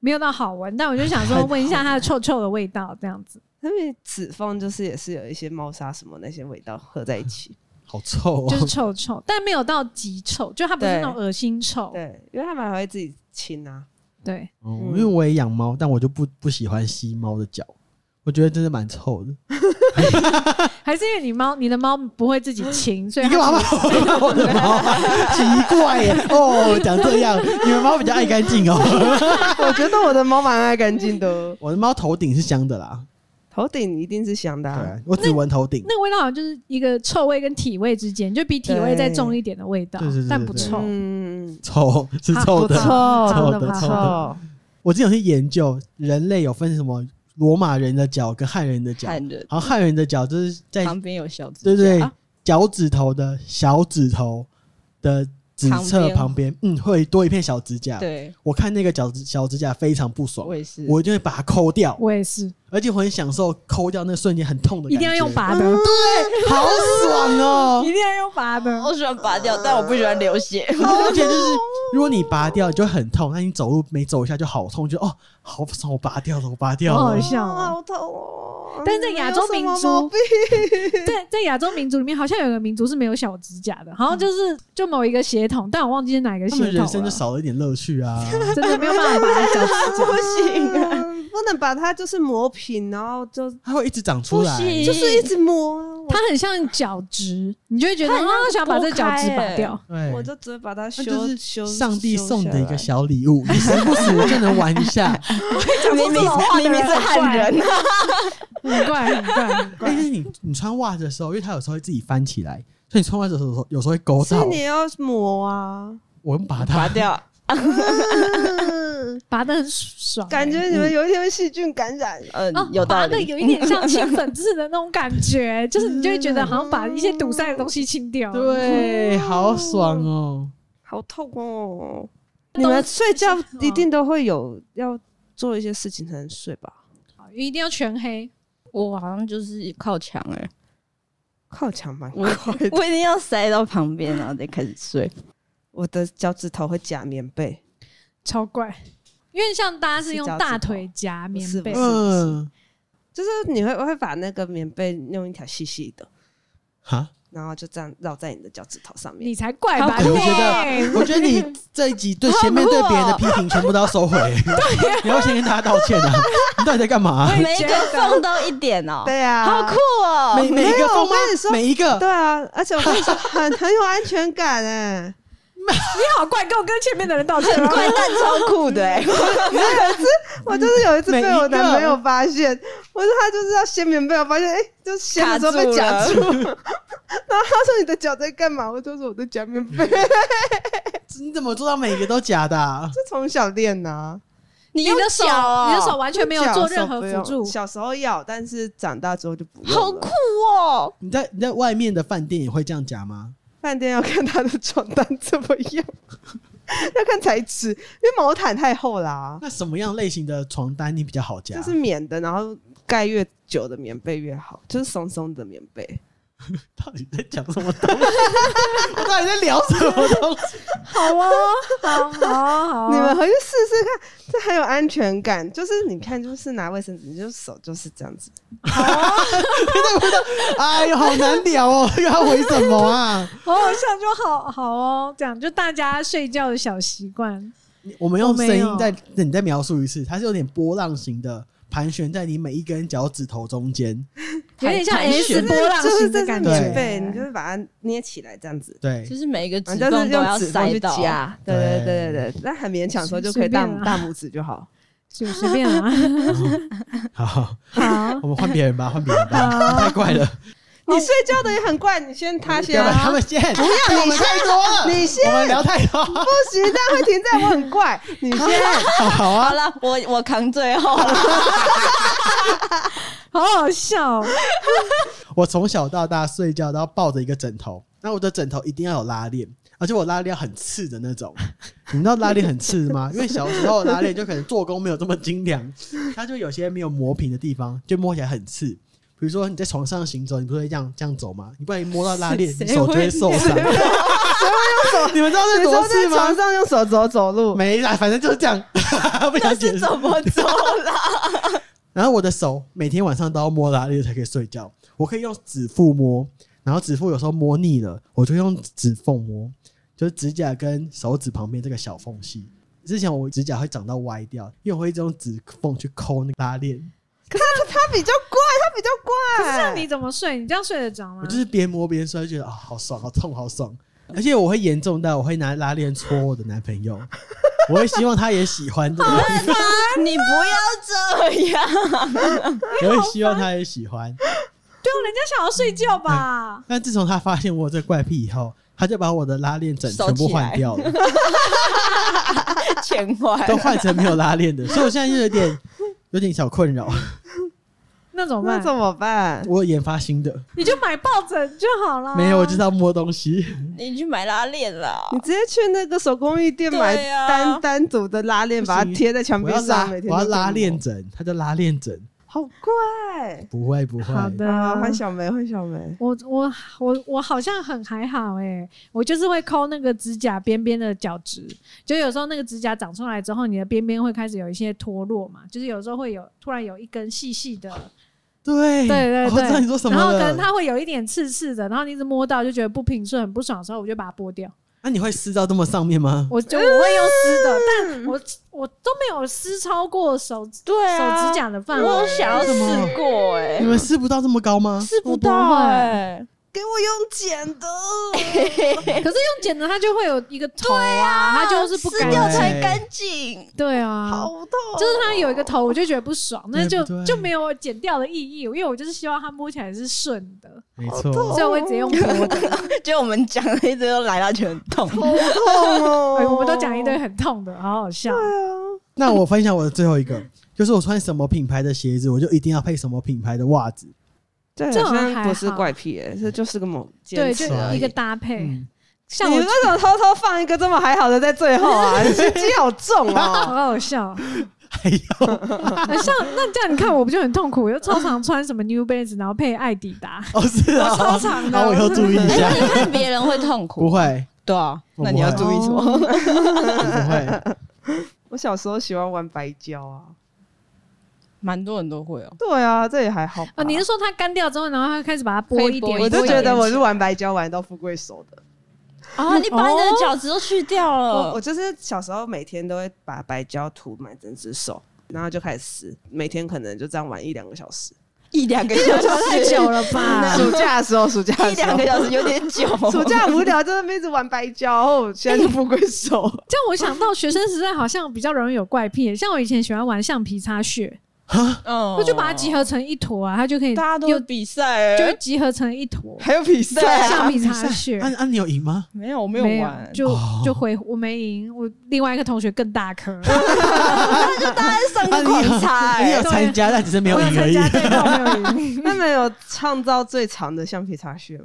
没有到好闻，但我就 想说闻一下它的臭臭的味道，这样 子。
因为指缝就是也是有一些猫砂什么那些味道合在一起，
好臭哦，
就是臭臭，但没有到极臭，就它不是
对
那种恶心臭。
对，因为它蛮会自己亲啊，
对，
哦，
嗯
因为我也养猫，但我就不不喜欢吸猫的脚，我觉得真的蛮臭的。
还是因为你猫，你的猫不会自己 亲，
啊
所以
你干嘛
它
把我的猫？奇怪耶！哦，讲这样，你们猫比较爱干 净哦。
我觉得我的猫蛮爱干净的，
我的猫头顶是香的啦，
头顶一定是香的、
对
啊
啊，，我只闻头顶。
那个味道好像就是一个臭味跟体味之间，就比体味再重一点的味道
对对对对，
但不臭。
嗯，
臭是
啊
臭
不
的。
臭
臭
的
的
怕
臭的我之前有去研究，人类有分什么罗马人的脚跟汉人的脚，
看人
然后汉人的脚就是在
旁边有小指
对对
甲啊
脚趾头的小指头的指侧旁
旁
边，嗯，会多一片小指甲。
对，哦
我看那个脚趾小指甲非常不爽
我，也是，
我就会把它抠掉，
我也是，
而且我很享受抠掉那瞬间很痛的感
一
觉，
定要用拔的，
对，好爽哦
一！定要用拔的。
我喜欢拔掉，但我不喜欢流血。
而且就是，如果你拔掉就很痛，那你走路每走一下就好痛，就哦，好爽，我拔掉了，我拔掉
好好。
了
笑
啊
哦！
好痛哦！
但在亚洲民
有什么毛
族
病，啊
在在亚洲民族里面，好像有个民族是没有小指甲的，好像就是就某一个血统，但我忘记是哪一个
他
血
们
统
人
了。
生就少了一点乐趣啊！
真的没有办法拔脚 趾甲。
啊
嗯不能把它就是磨平，然后就
它会一直长出来
不，行
就是一直磨啊。
它很像脚趾，你就会觉得
它很
啊
像，
想把这脚趾
剖开
拔
欸
掉。
对，
我就只会把它修
那就是
修。
上帝送的一个
小，
小礼物，你时不时就能玩一 下。
明明明明是汉人，啊
很怪，很怪，很怪。
但哎是你你穿袜子的时候，因为它有时候会自己翻起来，所以你穿袜子的时候有时候会勾
所
到
以。你要磨啊。
我们把
拔
它
掉。
嗯
拔的很爽欸、
感觉
嗯
你们有一天会细菌感染。
嗯
哦，，
有道
拔的
理。
有一点像 清粉刺的那种感觉，就是你就会觉得好像把一些堵塞的东西清掉。
对，好爽哦！
好痛哦！
那
你们
东西
睡觉
是
一定都会有要做一些事情才能睡吧？
好，一定要全黑。
我好像就是靠墙哎，
靠墙蛮
我
快的，
我一定要塞到旁边，然后再开始睡。
我的脚趾头会夹棉被，
超怪，因为像大家是用大腿夹棉被，
是不是
嗯，
就是你会我会把那个棉被用一条细细的，
哈，
然后就这样绕在你的脚趾头上面。
你才怪吧？
好
酷
你
我觉得我觉 得你这一集对前面对别人的批评全部都要收 回，你要先跟大家道歉啊！你到底在干嘛？
每一个缝都一点哦，
对啊，
好酷哦！
每每一个
我
风吗
跟你说？
每一个
对啊，而且我跟你说，很很有安全感 哎。
好怪，跟我跟前面的人道歉啊
很怪，但超酷的哎。
我就是有一次被
每一
我
个
男朋友发现，我说他就是要掀棉被，我发现哎、就掀的时候被夹
卡
住， 然后他说你的脚在干嘛？我就说我在 夹棉被，就
你怎么做到每一个都假的啊？
从小练啊呐、
你
你的手，
脚哦
你的手完全没有做任何辅助，
小时候要，但是长大之后就不用了。
好酷哦！
你在你在外面的饭店也会这样夹吗？
饭店要看他的床单怎么样， 要看材质，因为毛毯太厚啦、
那什么样类型的床单你比较好夹？
就是棉的，然后盖越久的棉被越好，就是松松的棉被。
到底在讲什么东西？ 我到底在聊什么东西？
好哦，好好好，
你们回去试试看，这很有安全感。就是你看，就是拿卫生纸，你就手就是这样子，
哎呦，好难聊哦！又要回什么啊？
好好笑就好好哦，这样就大家睡觉的小习惯。
我们用
我没
声
有
音再你再描述一次，它是有点波浪形的，盘旋在你每一根脚趾头中间。
有点像
还
S 波浪
就是
形
这
的
是
感
棉
对
被，你就
觉。
会把它捏起来这样子，
对
就，是每一个指
反正啊就是
缝都
用
要
指缝
塞
去
到，
夹。对对对
对
对对，那很勉强的时候就可
随
以大
便啊
大拇指就好。
就随便 啊啦。
好，
好，
我们换别人吧，换别人吧，太怪了。
你睡觉的也很怪，你先他
对
先
吧？
啊，
他们先，不要我们太多了，
你先
我们聊太多。
不行，这样会停在我很怪。你先，
好
好
啊，
了，我我扛最后了。
好好 笑哦，
我从小到大睡觉都要抱着一个枕头，那我的枕头一定要有拉链，而且我拉链要很刺的那种。 你知道拉链很刺吗？因为小时候拉链就可能做工没有这么精良， 它就有些没有磨平的地方，就摸起来很刺。比如说你在床上行走，你不是会这样这样走吗？你不然一摸到拉链，
谁
你手就会受伤。 你们知道
你
这
说
多
在
刺
床
吗？
上用手肘走路，
没啦，反正就是这样， 不想解释。
么做 啦？
然后我的手每天晚上都要摸拉链才可以睡觉，我可以用指腹摸，然后指腹有时候摸腻了，我就用指缝摸，就是指甲跟手指旁边这个小缝隙。之前我指甲会长到歪掉，因为我会一直用指缝去抠那个拉链，
他比较怪，他比较怪。
可是那你怎么睡？你这样睡得着吗？
我就是边摸边摔，觉得啊、好爽，好痛，好爽。而且我会严重到我会拿拉链戳我的男朋 友，我会希望他也喜欢这个，
你不要这样，
我会希望他也喜欢。
对啊，人家想要睡觉吧？
但自从他发现我有这怪癖以后，他就把我的拉链枕
收
全部
起来
换掉了，
钱坏
都换成没有拉链的，所以我现在就 有点有点小困扰。
那怎么
那
办？
怎么办？
我研发新的，
你就买抱枕就好了。
没有，我知。道摸东西。
你去买拉链啦。
你直接去那个手工艺店买
对啊
单单组的拉链，
不行
把它贴在墙壁
我要拉
上，每，天
我要
都
拉
这么
链
磨，
枕，它叫拉链枕，
好怪。
不会不会。
好的，
啊，换小梅，换小梅。
我我我我好像很还好哎、我就是会抠那个指甲边边的角质，就有时候那个指甲长出来之后，你的边边会开始有一些脱落嘛，就是有时候会有突然有一根细细的，哦
对
对
哦
对
我知道
对，
你说什么
然后
了。
可能它会有一点刺刺的，然后你一直摸到就觉得不平顺、很不爽的时候，我就把它剥掉。
那你会撕到这么上面吗？
我就我会用撕的，但我我都没有撕超过手指
嗯对啊
手指甲的范围。
我想要试过哎、
你们撕不到这么高吗？
试不
我不
到
会
哎、
给我用剪 的，
可是用剪的它就会有一个头啊，它就是不干
撕掉
才
净。
才干净。
对啊，
好痛。
就是它有一个头，我就觉得不爽，那就
对不对
就没有剪掉的意义，因为我就是希望它摸起来是顺的，
没
痛
错，
所以我会直接用剥的。
就我们讲了一直都来到就很痛，
痛哦！
哎我们都讲一堆很痛的，好好笑。
那我分享我的最后一个，就是我穿什么品牌的鞋子，我就一定要配什么品牌的袜子。
对啊，
这
这
种
好
还好
像不是怪癖，哎，这就是个某
对，
坚
就
持啊
而已
一个搭配。
嗯，
像
你
我
为什么偷偷放一个这么还好的在最后 啊？你心机好重
好
哦！
好笑，
还有
哎像那这样你看我不就很痛苦？我就超常穿什么 New Balance，然后配艾迪达，
哦是啊，
我超常的
好，我以后注意一
哎
下。
那你看别人会痛苦，
不，会，
对啊，
我不会
那你要注意什么？
不会。
我小时候喜欢玩白胶啊，
蛮多人都会哦，
对啊，这也还好吧。
哦，你是说它干掉之后，然后它开始把它剥一点？
可以剥
我
一点
剥
就
一
觉
点
得
哦
我是玩白胶玩到富贵手的。
啊，你把你的 角质都去掉
我
了
我，就是小时候每天都会把白胶涂满整只手，然后就开始撕，每天可能就这样玩一两个小时。
一两个小时
太久了 吧？
啊暑假的时候，暑假 的
一
时
两
候
个，小时有点久，
暑假无聊就在那边一直玩白胶，然后我现在就富贵手。
这样我想到学生时代好像比较容易有怪癖，像我以前喜欢玩橡皮擦屑，
嗯
我就把它集，合成一坨啊，它就可以
大家都有
有
比赛欸，
就会集合成一坨
还有比赛啊，
橡皮擦屑。
那那你有赢吗？
没有，我没
没
有
有
玩，，
就
哦
就回我没赢，我另外一个同学更大颗，
大家上
啊
个
你有
狂猜
你有
欸，
参加，但只是没有
哎我有参
赢而已。啊
加，对，但我没有赢，
那你们有创造最长的橡皮擦屑吗？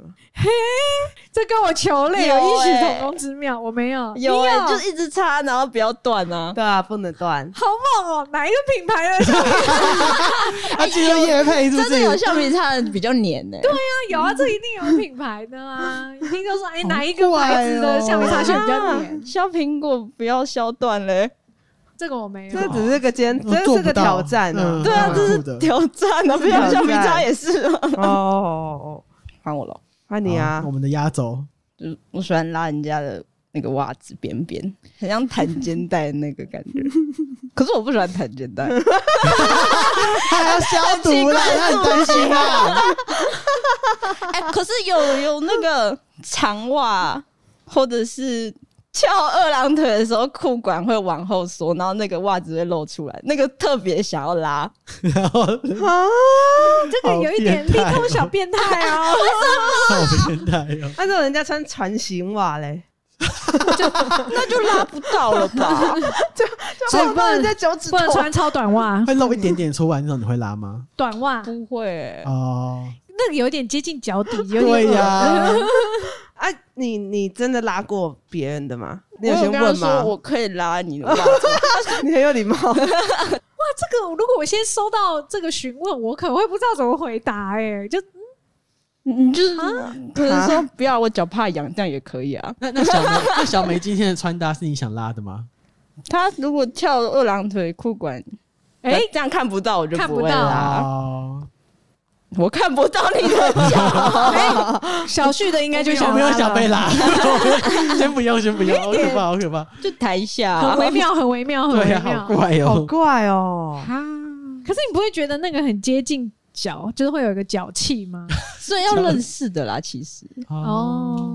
这跟我球类有
有
异曲
欸
同工之妙，我没有，
有
你
哎，就一直擦，然后不要断啊，
对啊，不能断。
好猛哦，哪一个品牌的？ 像
他进入夜配是不
真的
是？
有橡皮擦的比较黏欸呢，对，
有啊，这一定有品牌的啊，一定就是哎哪一个牌子
哦
的橡皮擦屑比较黏？
啊 削苹果不要削断欸嘞，
这个我没 有，
这只是个坚，这是个挑战啊！
嗯
对啊，这
酷的
是挑战啊，不要橡皮擦也是啊，
哦哦，哦
还我了。
换你啊
好我！们的 压轴，
就是我喜欢拉人家的那个袜子边边，很像弹肩带的那个感 觉。可是我不喜欢弹肩带，
他还要消毒啦，他很担心啊啦。
哎、可是有有那个长袜或者是翘二郎腿的时候，裤管会往后缩，然后那个袜子会露出来，那个特别想要拉。
然后
啊，
这个有一点立功小变态 哦，
好变态哦，
按照人家穿船型袜嘞，
那就拉不到了吧？
所以
就碰
不
到
能
人家脚趾
不
头
能。穿超短袜，
会露一点点出来那种，你会 拉吗？
短袜
不会、欸，
哦，
那个有点接近脚底，有点
对呀，
啊，你你真的拉过别人的吗？你
我
先
跟他
问吗
说？我可以拉你的袜子，
你很有礼貌。
这个如果我先收到这个询问，我可能会不知道怎么回答、哎，就
你就是可能说
啊
不要，我脚怕痒，这样也可以啊。
那那小梅，那小梅今天的穿搭是你想拉的吗？
他如果翘二郎腿裤管
哎、
这样看不到我就
看不
会
到
啦。
哦，
我看不到你的脚，
小旭的应该就
我
想
没有
拉
想
了
被拉，先不用，先不用，好可怕，好可怕，
就台下
很微妙，很微妙，很微
对呀，
妙
好。怪
好
哦，
怪哦。
啊！可是你不会觉得那个很接近脚，就是会有一个脚气吗？
所以要认识的啦。其实
哦，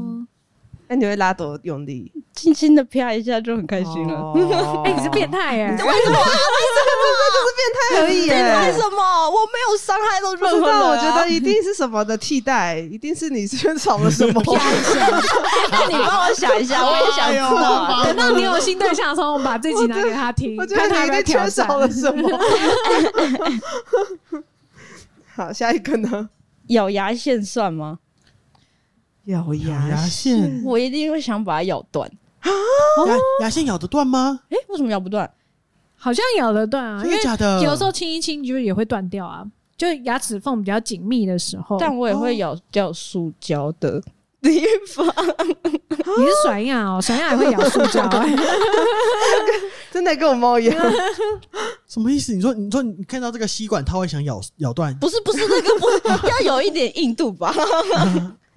那你会拉多用力？
轻轻的啪一下就很开心了。嗯
哦
哎，你是变态耶！
态而已耶。
为什么我没有伤害到
不
任
知
何人
道，
啊？
我觉得一定是什么的替代，一定是你先吵了什么。
那你帮我想一 下，我也想知道啊。
等到你有新对象的时候，我们把这集拿给他听，
我觉
看
得
他
你
要不要
一定
挑
缺
战
少了什么。 好，下一个呢？
咬牙线算吗？
咬
牙线，
我一定会想把它咬断。
哦
牙牙线咬得断吗？
哎
诶，为什么咬不断？
好像咬得断啊，因
真的
为
假的？
有时候亲一亲就是也会断掉啊，就牙齿缝比较紧密的时候。
但我也会咬掉塑胶的。
你是甩牙哦，甩牙也会咬塑胶哎。
真的跟我猫一样，
什么意思？你说，你说你看到这个吸管，它会想咬咬断，
不是不是那个不是，要有一点硬度吧？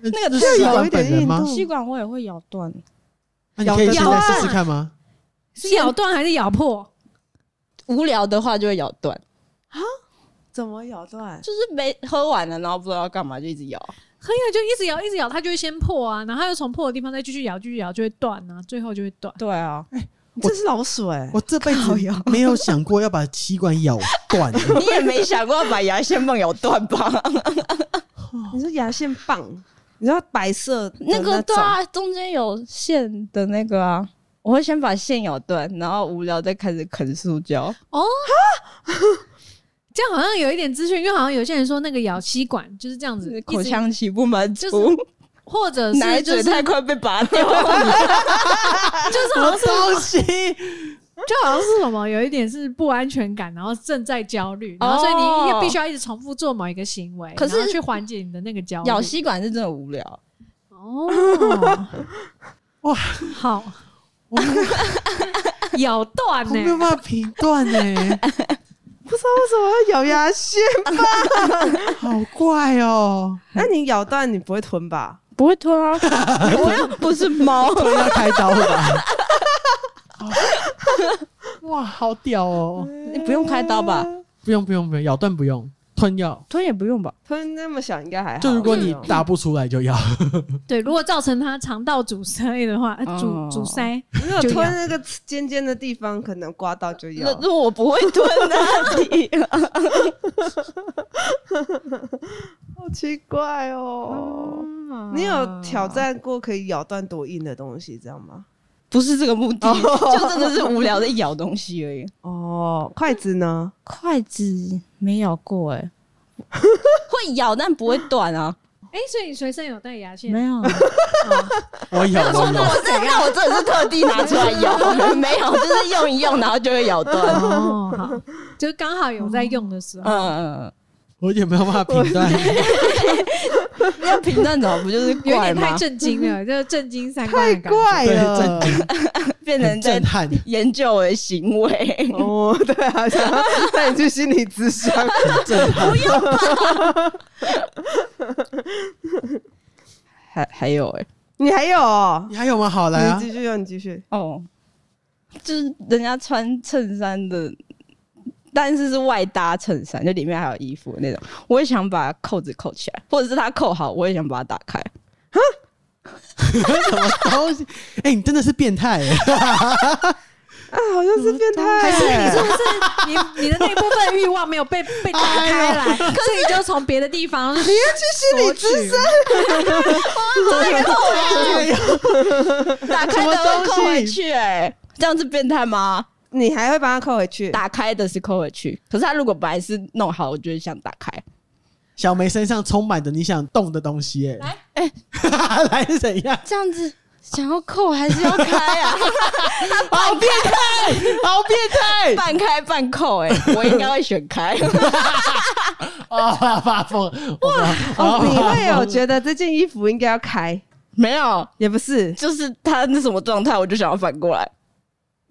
那
个
是吸
有
管
一点
本人
硬
吗
度？
吸管我也会咬断，
那你可以
咬得
现
断
在试试看吗？
是咬断还是咬破？
无聊的话就会咬断，
怎么咬断？
就是没喝完了，然后不知道要干嘛就一直咬。
可以啊，就一直咬，一直咬，它就会先破啊，然后它又从破的地方再继续咬，继续咬，就会断啊，最后就会断。
对啊，
你这是老鼠哎！
我这辈子没有想过要把吸管咬断，
你也没想过要把牙线棒咬断吧？
你是牙线棒，你知道白色的
那个对
种
啊，中间有线的那个啊，我会先把线咬断，然后无聊再开始啃塑胶。
这样好像有一点资讯，因为好像有些人说那个咬吸管就是这样子，一直
口，腔期不满足，
就是或者
奶
是就
嘴
是
太快被拔 掉了。
就是好
什
像
么
是
东西？
就好像是什么，有一点是不安全感，然后正在焦虑，然后所以
哦
你也必须要一直重复做某一个行为，
可是
然后去缓解你的那个焦虑。
咬吸管是真的无聊，
哦，
哇，
好
我没有
咬断
我
呢、
没有办法评断呢，
不知道为什么要咬牙线。
好怪哦！
那你咬断你不会吞吧？
不会吞啊， 我又不是猫。
都要开刀了吧？哦哇，好屌哦！
你不用开刀吧？
不用不用不用，咬断不用，吞药。
吞也不用吧？
吞那么小应该还好。
就如果你
嗯
打不出来就要，
对，如果造成他肠道阻塞的话，呃
哦
阻阻塞，
如果
就咬
吞那个尖尖的地方，可能刮到就
那
咬。
那我不会吞啊！你
好奇怪哦！你有挑战过可以咬断多硬的东西，这样吗？
不是这个目的，就真的是无聊的咬东西而已。
哦，筷子呢？
筷子没咬过哎、 会咬但不会断啊。
哎、所以你随身有带牙线？
没有，
我咬我咬。
我这那我真的是特地拿出来咬， 没有，就是用一用，然后就会咬断。
哦，好，就刚好有在用的时
嗯
候。
嗯
我也没有办法评断，
嗯，要平淡早不就是
有
怪
点太
吗？
震惊了，就是震惊三观
太
的感觉。
怪
对，
了！
震
变
很
成在
震撼。
研究我的行为，
哦， 对啊，想要带你去心理咨商，
还还有哎、
你还有哦？
你还有吗？好来啊
你，继续用，你继续。
哦，就是人家穿衬衫的，但是是外搭衬衫，就里面还有衣服的那种，我也想把扣子扣起来，或者是它扣好，我也想把它打开。
什么东西？哎，你真的是变态 耶！
啊，好像是变态，
还是你是不是你你的那部分欲望没有被被打开来，所以就从别的地方你要去心理咨询？
打开的会扣回去、哎，这样是变态吗？
你还会把它扣回去？
打开的是扣回去，可是他如果本来是弄好，我就会想打开。
小梅身上充满着你想动的东西耶！来，哎， 来是怎样？
这样子想要扣还是要开 啊？
好变态，好变态！
半开半扣、哎，我应该会选开。
哦，我要发疯！哇，
哦，你会有觉得这件衣服应该要开，
没有，
也不是？
就是他那什么状态，我就想要反过来。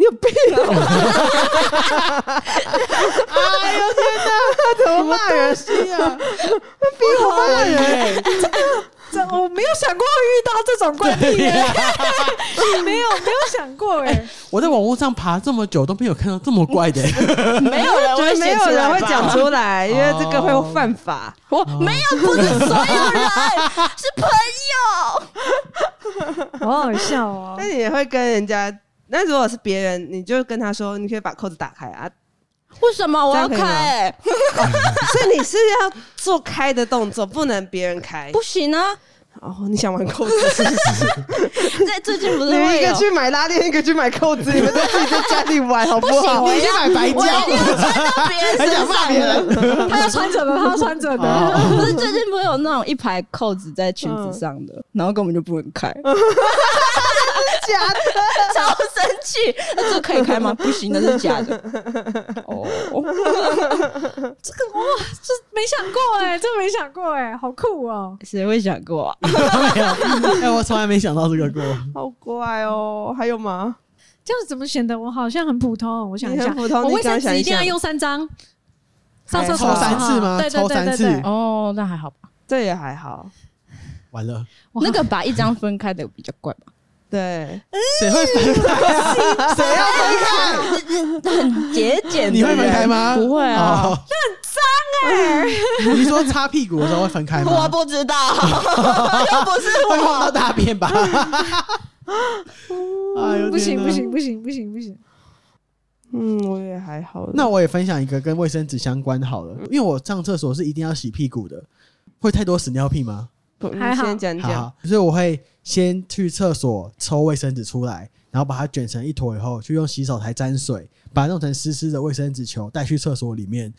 你有病 啊！哎呦天哪，怎么骂人？
是啊，
变
种怪癖耶、没有没有想过哎、
我在网络上爬这么久都没有看到这么怪的、欸，
没有人
觉得
会
没
写
有
出
人
来
会
吧
讲出来，因为这个会犯法。
我没有，不是所有人，是朋友。
好好笑哦、
但你也会跟人家，那如果是别人，你就跟他说，你可以把扣子打开 啊。
为什么我要
这样可以吗
开？
所以你是要做开的动作，不能别人开
不。行啊！
哦，你想玩扣子是不是？
在最近不是
你们
会
一
有
个去买拉链，一个去买扣子，你们都自己在家里玩，好不
不行，
好？
我要
买白
我一定要穿到别人身上。
人，
他要穿着的，他要穿着的。
不是最近不是有那种一排扣子在裙子上
嗯
的，然后根本就不能 开，
假的，
超生气。那这可以开吗？不行，那是假的。哦，
这个哇，这没想过哎、这没想过哎、好酷哦、
谁会想过啊？
哎、我从来没想到这个过。
好怪哦。还有吗？
这样怎么显得我好像很普通？我想一
你
下，
很普通
我
你
卫生
刚刚想
纸
一
一定要
想
用三张，上厕所
抽三
的时
次
候
吗
对对
抽
对
三
对
次
对，
哦，那还好吧。
这也还好。
完了，
哇
那个把一张分开的比较怪吧，
对，
谁会分开？谁要分
节俭。
开？ 你会分开？吗？
不会啊
哦，那很脏哎。你说擦屁股的时候会分开吗？
我不知道， 又不是
会碰到大便吧？哎呦
不行不。
天哪
行不行不行不行，
嗯，我也还好。
那我也分享一个跟卫生纸相关好
嗯
了，因为我上厕所是一定要洗屁股的，会太多屎尿屁吗？
不你
还好
先讲讲，
好，所以我会先去厕所抽卫生纸出来，然后把它卷成一坨以后，去用洗手台沾水，把它弄成湿湿的卫生纸球带去厕所里面。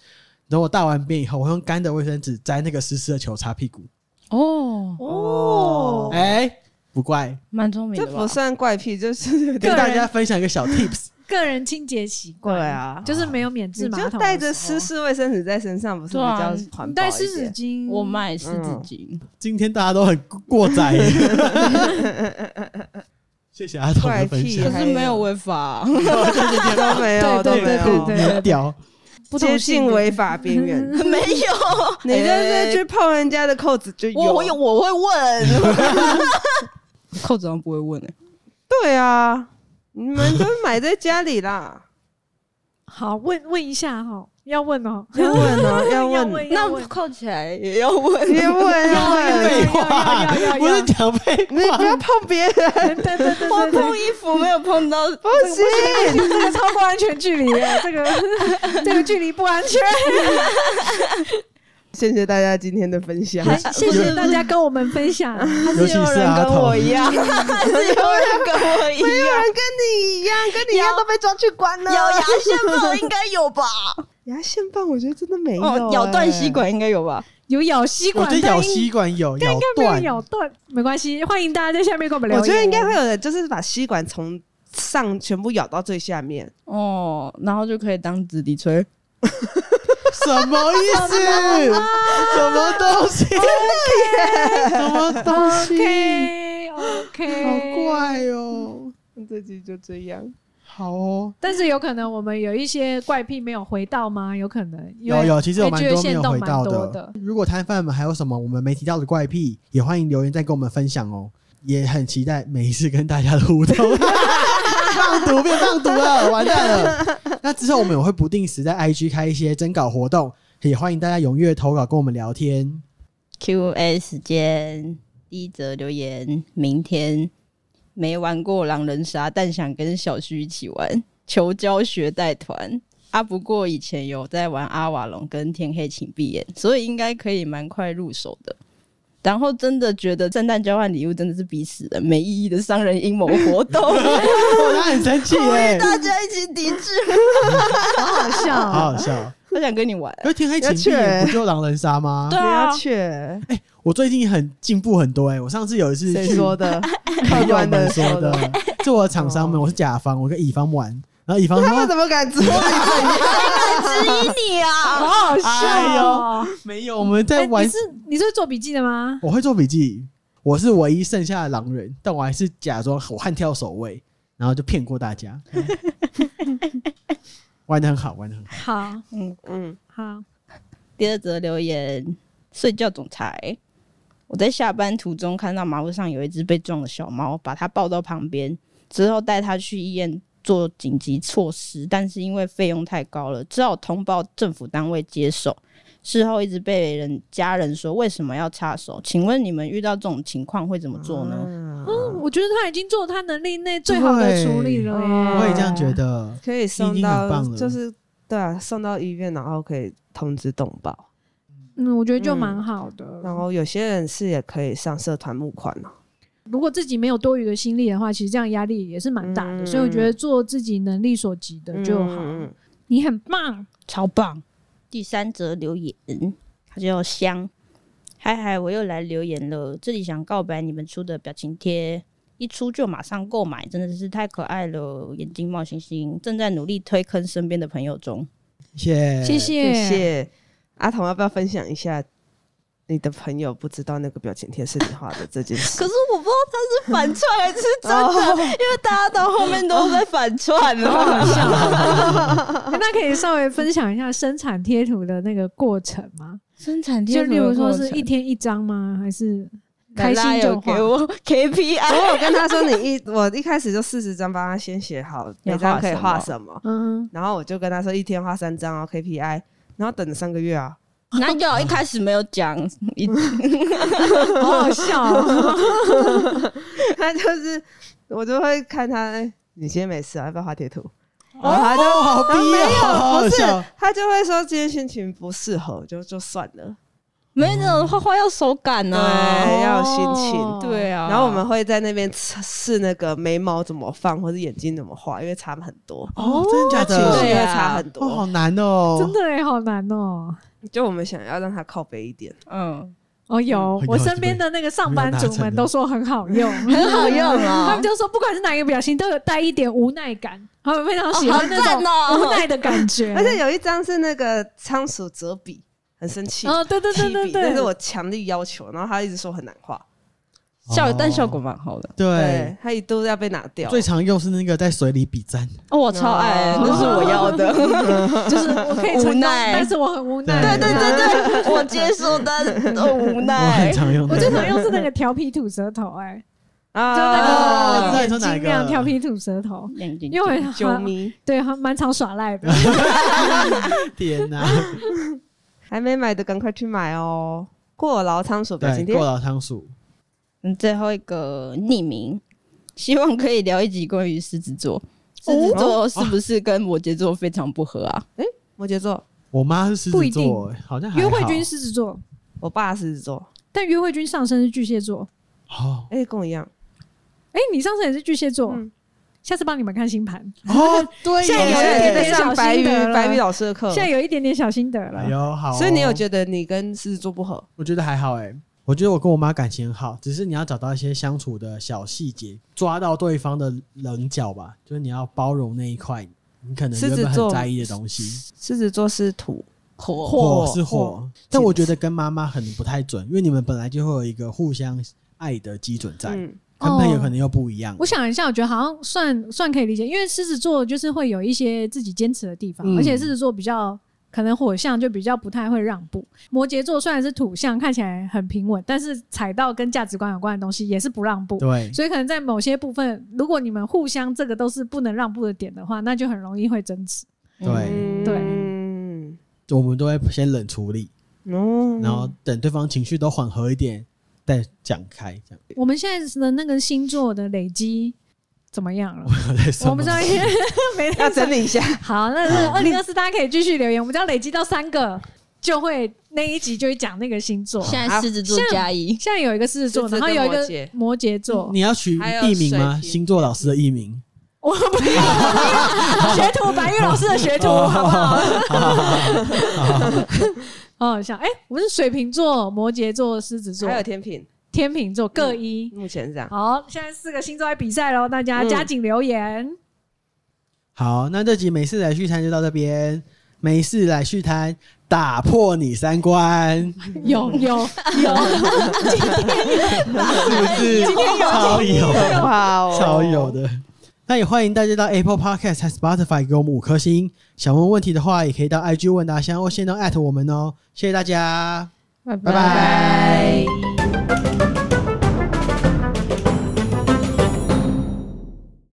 等我大完便以后，我用干的卫生纸沾那个湿湿的球擦屁股。
哦，
哦
哎、不怪，
蛮聪明
这
的吧
不？算怪癖，就是有
跟
点
大家分享一个小 tips，
个人清洁习惯
对，啊。
就是没有免
你
治马桶
就
的时候，
带着湿湿卫生纸在身上，不是比
对啊
较
你
环
你
保
带
一
湿纸
点？
巾，
我买湿纸巾，
今天大家都很过 载。谢谢阿童的
怪
分享
癖，啊
可是没有违法。
嗯
都没有， 都
对
没
对对
有
对，
很屌。
不同
接
性
近
别
违法边缘。
没有，
你就是去碰人家的扣子就
我我有
有。啊
我会问， 扣子上不会问欸
对啊，你们都买在家里啦。
好，问问一下哈，要 问哦，
要问哦，要
要
问，
要
那
问，
扣起来也要 问，
别问，要问，
废话
要要要，要
不是讲废
你不要
话。
碰别人，
对对对对
我
对对，
碰衣服没有碰到，
不行。
这个超过安全距离耶，这个这个距离不安全。
谢谢大家今天的分享。
谢谢大家跟我们分享，啊
还
尤
是
其
有
是
人
阿
跟
童
我一样，还是有人跟我一
没有
样
人，跟你一样，跟你一样都被抓去关了。
咬牙线棒应该有吧？
牙线棒，我觉得真的没有、欸
哦，咬断吸。管应该有吧？
有咬吸
我
管，
觉得
但应
咬吸管有
但
咬
应该没有
断，
咬断，没关系，欢迎大家在下面给我们留
我
言。
觉得应该会有人，就是把吸管从上全部咬到最下面。
哦，然后就可以当纸笛吹，
什么意思？什么东西？什么东西？
OK OK，
好。怪哦！
这集就这样，
好哦，
但是有可能我们有一些怪癖没有回到吗？有可能，因
有
为
有，其实有蛮
因为
多
觉得
没
限
有
动
回到
蛮多
的
的。
如果摊贩们还有什么我们没提到的怪癖，也欢迎留言再跟我们分享哦。也很期待每一次跟大家的互动。 放毒变放毒了，完蛋了！ 那之后我们也会不定时在 IG 开一些征稿活动，也欢迎大家踊跃投稿跟我们聊 天。
Q&A 时间，第一则留言，明天没玩过狼人杀，但想跟小旭一起玩，求教学带团。啊，不过以前有在玩阿瓦隆跟天黑请闭眼，所以应该可以蛮快入手的。然后真的觉得圣诞交换礼物真的是逼死人，没意义的商人阴谋活动，
我他很生气耶、
大家一起抵制。
好好笑
好
哦，
好笑。
我想跟你玩，
可是天黑请闭眼不就狼人杀吗？
对
不
啊
要，去。
我最近很进步很多哎、我上次有一次
谁
去
说的？
朋
客
友
观
们
的
说的，是我的厂商们，我是甲方，我跟乙方玩，然后乙方
他们
说
怎么敢做？
质疑你
好
啊！
好笑哦。
没有，我们在
哎你
哎玩
是，你是会做笔记的吗？
我会做笔记，我是唯一剩下的狼人，但我还是假装我悍跳守卫，然后就骗过大家，玩的很好，玩的很好，
好
嗯，
嗯，
好，
第二则留言，睡觉总裁。我在下班途中看到马路上有一只被撞的小猫，把它抱到旁边，之后带它去医院做紧急措施，但是因为费用太高了，只好通报政府单位接手。事后一直被人家人说为什么要插手？请问你们遇到这种情况会怎么做呢？
嗯
嗯，我觉得他已经做他能力内最好的处理了耶。
我也这样觉得。
可以
已
送
经很
到
棒，了
就是对啊，送到医院，然后可以通知动保。
嗯，我觉得就蛮好的。
然后有些人是也可以上社团募款啊。
如果自己没有多余的心力的话，其实这样压力也是蛮大的。
嗯
所以我觉得做自己能力所及的就好。
嗯嗯
你很棒，
超棒！第三则留言，他叫香，嗨嗨，我又来留言了。这里想告白你们出的表情贴，一出就马上购买，真的是太可爱了，眼睛冒星星。正在努力推坑身边的朋友中，
谢
谢
谢谢。
谢阿童，要不要分享一下你的朋友不知道那个表情贴是你画的这件事？
是我不知道他是反串还是真的，因为大家到后面都在反串
好
了。
好笑哦， 那可以稍微分享一下生产贴图的那个过程吗？
生产
就
贴
例如说是一天一张吗？还是开心就
有
画
给？我 KPI，
我有跟他说，你一我一开始就四十张，帮他先写好每张可以画什么，
嗯，
然后我就跟他说一天画三张哦 KPI，然后等了三个月啊，
哪有一开始没有讲，一
好好笑哦。
他就是我就会看他，哎你今天没事啊，要不要画贴图？
哦，好逼啊，好好
不是
笑。，
他就会说今天心情不适合，就就算了。
没那种画画要手感啊呢、
对要有心情
对啊，
然后我们会在那边测试那个眉毛怎么放，或者眼睛怎么画，因为差很多，
哦，真的假
情绪
的？
啊
会差很
哦，好
多。
难哦，
真的哎，好难哦。
就我们想要让他靠北一点，
嗯，
哦，有
嗯，
我身边的那个上班族们都说 很好用，
很好 用
他
啊
们，就说不管是哪一个表情，都有带一点无奈感，他们非常喜欢那种
哦
无奈的感 觉。
而且有一张是那个仓鼠折笔，很生气，
哦，对对
提
对
笔
对
但
对，
是我强力要求，然后他一直说很难画，
效但效果蛮好的。
对
对。他一度要被拿掉。
最常用是那个在水里比赞，
哦，我超爱，
哦
那是我要 的。
就是我可以成
无
功，
奈
但是我很无奈。
对对
对对，我接受但哦无
我很
奈。
常用的。
我最常用是那个调皮吐舌头，哎，
啊
就那
哦
个
那你说
眼
哪一
睛
个
那样调皮吐舌头，
眼睛
因为
啾
很
咪
对，还蛮常耍赖的。
天哪！
啊还没买的赶快去买哦。过劳仓鼠表
对
情，贴
过，劳仓鼠，
嗯最后一个匿名，希望可以聊一集关于狮子座。狮子座是不是跟摩羯座非常不合啊？
摩羯座，
我妈是狮
不
子
一定
座，哎好像还
约会
好
君狮子座，
我爸狮子座，
但约会君上升是巨蟹座。
哦
哎、跟我一样。
哎，你上升也是巨蟹座
嗯，
下次帮你们看星盘。
哦，对耶，
现在有
有
一点
点
点
在上白
小
鱼
心得了
白鱼老师的课
现，在有一点点小心得了
哎。呦好哦，
所以你有觉得你跟狮子座不合？
我觉得还好哎、我觉得我跟我妈感情很好，只是你要找到一些相处的小细节，抓到对方的棱角吧，就是你要包容那一块，你可能
狮
原
子
本很
座
在意的东西。
狮子座是土，
火
火
火
是火
火，
但我觉得跟妈妈很不太准，因为你们本来就会有一个互相爱的基准在，
嗯，
跟朋友可能又不一样。
我想一下，我觉得好像算算可以理解，因为狮子座就是会有一些自己坚持的地方，
嗯
而且狮子座比较可能火象就比较不太会让步。摩羯座虽然是土象，看起来很平稳，但是踩到跟价值观有关的东西也是不让步。
对，
所以可能在某些部分，如果你们互相这个都是不能让步的点的话，那就很容易会争执。
对
对
嗯，
就我们都会先冷处理，
哦
然后等对方情绪都缓和一点再讲开，这样。
我们现在的那个星座的累积怎么样了？
我在说
我们知道 没
要
在
整理一下，
好，那是二零二四，大家可以继续留言。我们只要累积到三个，就会那一集就会讲那个星座。
现在狮子座加一，
现在有一个狮子
狮
座，
子
然后
跟
有一
摩
个
羯
摩羯座，
你要取
还有
艺名吗？
水瓶
星座老师的艺名。
我不要学徒白玉老师的学徒，好不好？好好笑！哎，我们是水瓶座、摩羯座、狮子座、
还有天平，
天秤座各一。
目前是这样。
好，现在四个星座在比赛喽，大家
嗯
加紧留言。
好，那这集美式来续摊就到这边。美式来续摊，打破你三观，
有有 有，
是不是？超有，
哇哦
超有的。那也欢迎大家到 Apple Podcast 和 Spotify 给我们五颗星。想问问题的话，也可以到 IG 问答箱或线动 at 我们哦。谢谢大家，拜拜
拜